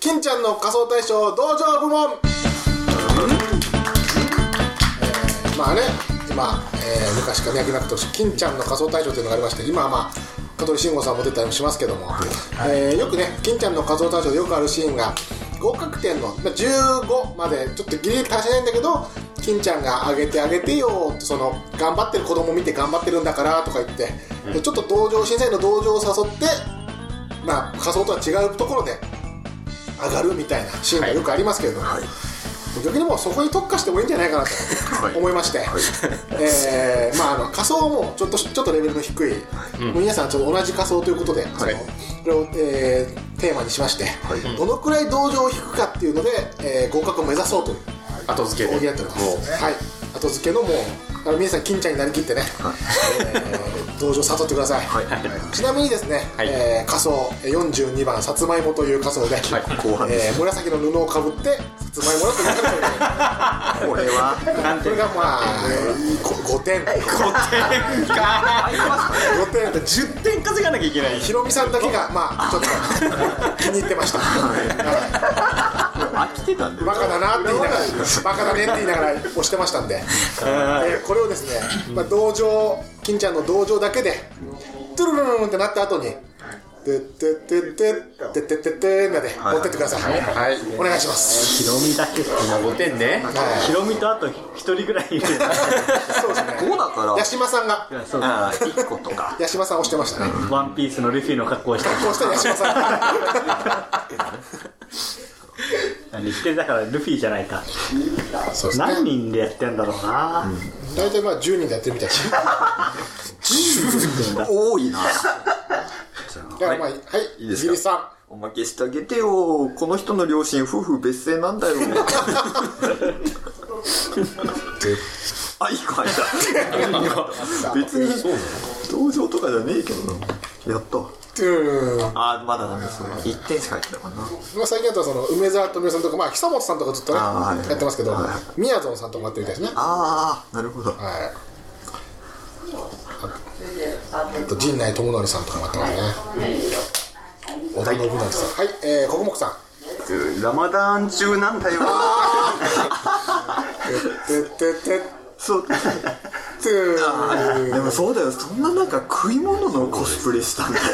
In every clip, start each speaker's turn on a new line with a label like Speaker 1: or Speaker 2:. Speaker 1: 金ちゃんの仮装大賞道場部門、えーまあね今、えー昔から脈なくとし金ちゃんの仮装大賞というのがありまして今はまあ香取慎吾さんも出たりもしますけども、えーよくね金ちゃんの仮装大賞でよくあるシーンが合格点のまあ15までちょっとギリギリ達しないんだけど金ちゃんが上げてあげてよってその頑張ってる子供見て頑張ってるんだからとか言って、でちょっと同情審査員の同情を誘ってまあ、仮想とは違うところで上がるみたいなシーンがよくありますけれども、
Speaker 2: はい
Speaker 1: 逆にもうそこに特化してもいいんじゃないかな
Speaker 2: はい
Speaker 1: と思いまして、えーまあ、あの仮想もちょっとちょっとレベルの低い、もう皆さんちょっと同じ仮想ということで、その
Speaker 2: はい
Speaker 1: これを、えーテーマにしまして、
Speaker 2: はい
Speaker 1: どのくらい同情を引くかっていうので、えー合格を目指そうという
Speaker 3: 後付け
Speaker 1: 大喜利
Speaker 3: で
Speaker 1: やっております、はい、後付けのもうだから皆さん金ちゃんになりきってね、えー同情を誘ってください、
Speaker 2: はい
Speaker 1: ちなみにですね、
Speaker 3: はい
Speaker 1: えー仮装えー42番さつまいもという仮装で、
Speaker 2: 後半で
Speaker 1: えー紫の布をかぶってさつまいもだと分かる
Speaker 2: これは
Speaker 3: なん
Speaker 1: こ
Speaker 3: て
Speaker 1: れがまあ、えー、5点
Speaker 3: 5点か
Speaker 1: 5点
Speaker 3: 10点稼がなきゃいけない
Speaker 1: ひろみさんだけがまあちょっと気に入ってました、はい
Speaker 2: 飽きてたんで
Speaker 1: バカだなって言いながらバカだねって言いながら押してましたんで、えーこれをですね、まあ、同情金ちゃんの同情だけでトゥルルルルンってなった後にててててててててまで持ってってください、
Speaker 3: はい
Speaker 1: お願いします
Speaker 2: ヒロミだけ
Speaker 3: 5点ね
Speaker 1: はい
Speaker 4: ヒロミとあと一人ぐらいいる
Speaker 1: そうですね
Speaker 2: 5だから
Speaker 1: 八島さんが
Speaker 4: そう
Speaker 2: ああ1個とか
Speaker 1: 八島さん押してましたね
Speaker 4: ワンピースのルフィの格好をした
Speaker 1: こうしたら八島さん
Speaker 4: 何してだからルフィじゃないか
Speaker 1: がそうですね
Speaker 4: 何人でやってんだろうな、
Speaker 1: 大体まあ10人でやってるみたいです
Speaker 2: 多いな
Speaker 1: だからまあはい
Speaker 2: い
Speaker 1: イ
Speaker 2: いですか
Speaker 1: ギリスさん
Speaker 2: おまけしてあげてよこの人の両親夫婦別姓 なんだよあいい子 入った別に同情とかじゃねえけどなやった
Speaker 1: うーん
Speaker 2: あまだなんですね1点しか入ってたかな
Speaker 1: まあ、最近だとその梅沢富美男さんとか、まあ、久本さんとかずっとね、
Speaker 2: あーはい
Speaker 1: やってますけど、
Speaker 2: は
Speaker 1: みやぞんさんとかもやってるみたいですねは
Speaker 2: ああなるほど
Speaker 1: いあと陣内智則さんとかもやってますね織田信成さんはい、えー、国木さん
Speaker 3: ラマダン中なんだよ
Speaker 1: てってってっ
Speaker 2: そう
Speaker 1: てー
Speaker 2: でもそうだよそんななんか食い物のコスプレしたん だよ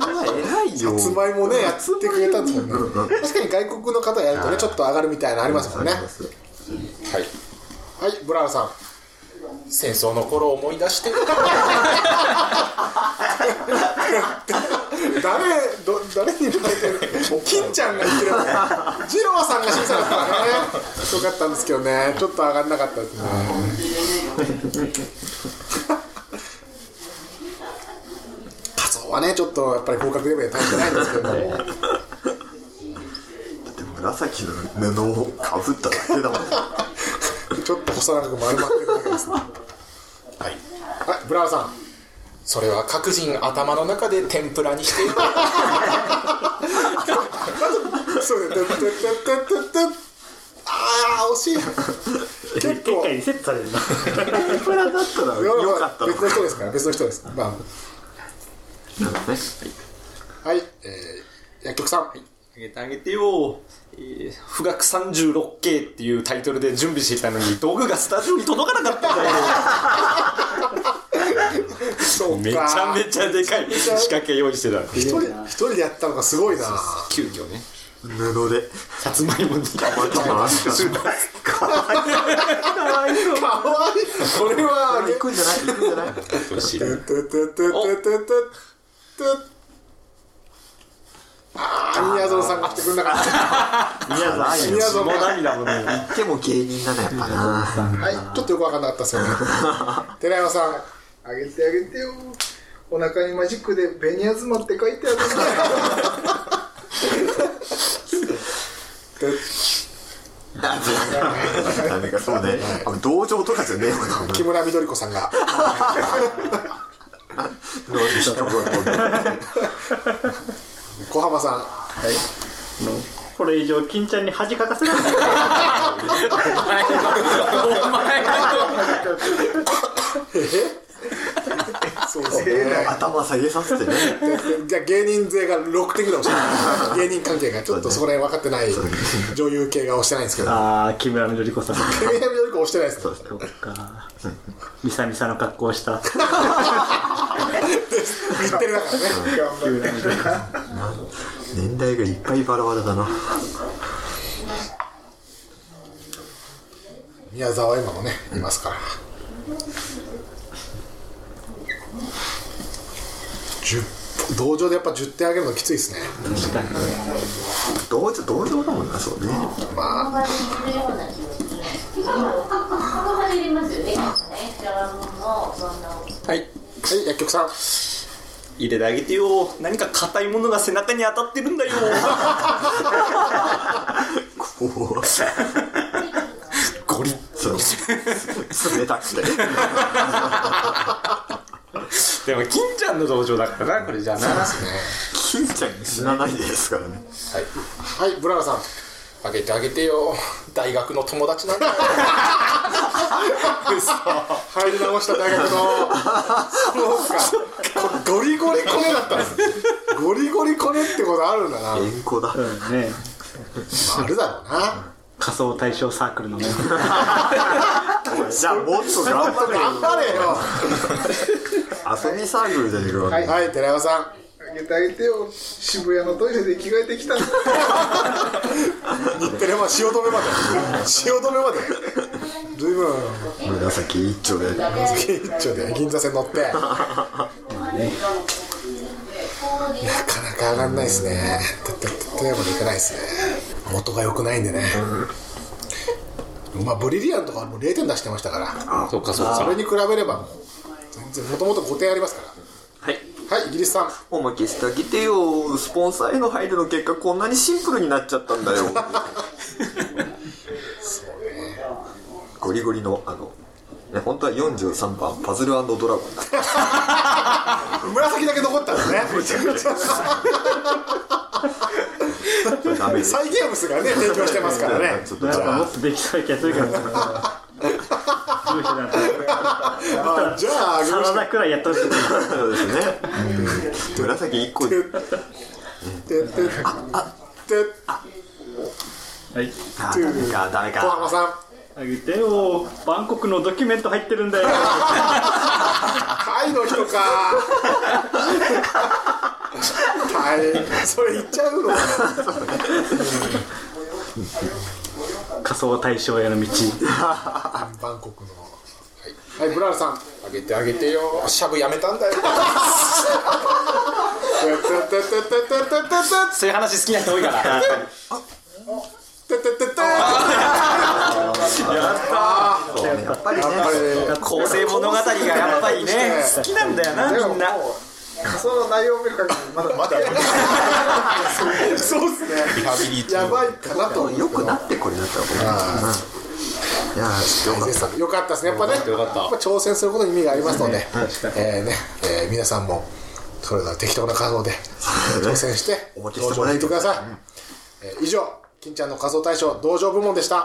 Speaker 2: それは偉いよ
Speaker 1: つまいもねやってくれたんですもんね確かに外国の方やるとねちょっと上がるみたいなのありますもんねはいはいブラウンさん
Speaker 5: 戦争の頃を思い出して
Speaker 1: 誰ど誰に向かってる金ちゃんが言ってるジローさんが審査だったからねよかったんですけどねちょっと上がんなかったですね 仮想はねちょっとやっぱり合格レベル高くないんですけども
Speaker 2: でも紫の布をかぶっただけだもん
Speaker 1: ちょっと細長く丸まってるだけですね
Speaker 5: はい
Speaker 1: はいブラウさん
Speaker 5: それは各人頭の中で天ぷらにしている
Speaker 1: そうですね。てってってってってああ、惜しい。結
Speaker 4: 一
Speaker 1: 構。
Speaker 4: 回リセットされるな
Speaker 2: 天ぷらだったらよかったの
Speaker 1: 別の人ですから、別の人です。ま
Speaker 2: なるほどね
Speaker 1: あ、はい、えー、薬局さん。
Speaker 3: あげてあげてよ
Speaker 5: えー富岳 36K っていうタイトルで準備してきたのに道具がスタジオに届かなかったんだよ
Speaker 1: そうか。
Speaker 5: めちゃめちゃでかい仕掛け用意してた
Speaker 1: 一人、一人でやったのがすごいな。
Speaker 5: 急遽ね
Speaker 2: 布で
Speaker 5: さつまいも に
Speaker 2: 頭回して
Speaker 1: かわいい。これは、
Speaker 2: 行くんじゃない行くんじゃない
Speaker 1: てててててててて。ああ、みやぞんさんが来てくれなかった。
Speaker 4: 宮沢
Speaker 2: な
Speaker 4: 愛
Speaker 2: いよ
Speaker 1: みやぞんが。
Speaker 3: 涙もね
Speaker 2: 行っても芸人だなやっぱな
Speaker 1: はい、ちょっとよくわかんなかったですよね。寺山さん。
Speaker 6: あげてあげてよお腹にマジックで「ベニヤズマ」って書いてあるんだよ
Speaker 1: て
Speaker 2: ダメかそうね同情とかじゃねえもん な
Speaker 1: 木村みどり子さんが。
Speaker 2: どうでしたか
Speaker 1: 小浜さん。
Speaker 4: これ以上金ちゃんに恥かかせられない
Speaker 3: お前
Speaker 1: そうそうね
Speaker 2: 頭下げさせてね
Speaker 1: じゃあ芸人勢が6点ぐらい押してない芸人関係がちょっとそこら辺分かってない女優系が押してないんですけど
Speaker 4: ああ木村みどり子さん
Speaker 1: ケミヘムよりか押してないです
Speaker 2: そうですね
Speaker 4: そっかみさみさの格好をした
Speaker 1: 日テレだからね
Speaker 6: 頑張って
Speaker 2: 年代がいっぱいバラバラだな
Speaker 1: 宮沢エマもねいますから10同情でやっぱ10点あげるのきついですね
Speaker 2: 同情同情だもんなそうね
Speaker 7: ここが入れるような気持ちでここが入れますよね。じゃあもうそんな
Speaker 5: はい
Speaker 1: はい薬局さん
Speaker 5: 入れてあげてよ何か硬いものが背中に当たってるんだよ
Speaker 2: おお
Speaker 5: ゴリッ
Speaker 2: そう冷たくて
Speaker 5: でも金ちゃんの道場だからなこれじゃあな
Speaker 2: 金ちゃん死なないですからね
Speaker 1: はい、はい、ブラガさんあげてあげてよ大学の友達 なんだよ入り直した大学のそうかこれゴリゴリコネだったんですゴリゴリコネってことあるんだな、ま
Speaker 2: 健康だ
Speaker 4: うんね
Speaker 1: あ、あるだろうな
Speaker 4: 仮想対象サークルのね
Speaker 2: じゃあもっと頑
Speaker 1: 頑
Speaker 2: 張
Speaker 1: 張れよ
Speaker 2: れよ遊びサークルじゃねえか
Speaker 6: はい
Speaker 1: はい寺山さん
Speaker 6: あげてあげてよ渋谷のトイレで着替えてきたんだ
Speaker 1: 日テレは汐留まで汐留まで随分
Speaker 2: 紫一丁で
Speaker 1: 一丁で銀座線乗ってなかなか上がんないですねととと富山で行かないですね元が良くないんでね、まあブリリアンとかはもう0点出してましたから
Speaker 5: そうかそう
Speaker 1: そ
Speaker 5: か
Speaker 1: れに比べればもう全然もともと5点ありますから
Speaker 2: はい
Speaker 1: はいイギリスさん
Speaker 2: おまけしてあげてよスポンサーへの配慮の結果こんなにシンプルになっちゃったん だよゴリゴリのあのね本当は43番パズルドラゴンだ
Speaker 1: 紫だけ残ったんですね
Speaker 2: これダメです
Speaker 1: サイゲームスがね提供してますからね
Speaker 2: ちょっと
Speaker 4: なん
Speaker 2: じゃ
Speaker 4: か
Speaker 2: あ
Speaker 4: もっとできそうな気がするけどな 上手なん
Speaker 1: あ
Speaker 4: か
Speaker 1: じゃああげまし
Speaker 4: サラ
Speaker 1: ょう
Speaker 4: ダくらいやってほしい
Speaker 2: そうですねうん紫一個で
Speaker 1: てってって
Speaker 4: はい
Speaker 2: あダメかダメ
Speaker 1: 小
Speaker 2: か
Speaker 1: 浜さん
Speaker 4: あげてよバンコクのドキュメント入ってるんだよ
Speaker 1: タイの人かタイそれ言っちゃうの
Speaker 4: 仮想対象への道
Speaker 1: バンコクのはい、はい、ブラールさんあげてあげてよしゃぶやめたんだよ
Speaker 5: そういう話好きな人多いから
Speaker 2: やっぱりね
Speaker 5: 構成物語がやっぱりね好きなんだよなみんな
Speaker 6: その内容を見る限りまだまだ
Speaker 1: そうっすねやばいかなと思
Speaker 2: よくなってこれだったらうんいやーよかった
Speaker 1: よかったですねやっぱねやっぱ挑戦することに意味がありますので、えーねえー皆さんもそれぞれ適当な仮想で挑戦して
Speaker 2: お持ちし
Speaker 1: 道
Speaker 2: ても
Speaker 1: 場
Speaker 2: ら
Speaker 1: に行っ
Speaker 2: え
Speaker 1: てください、えー以上金ちゃんの仮想大賞道場部門でした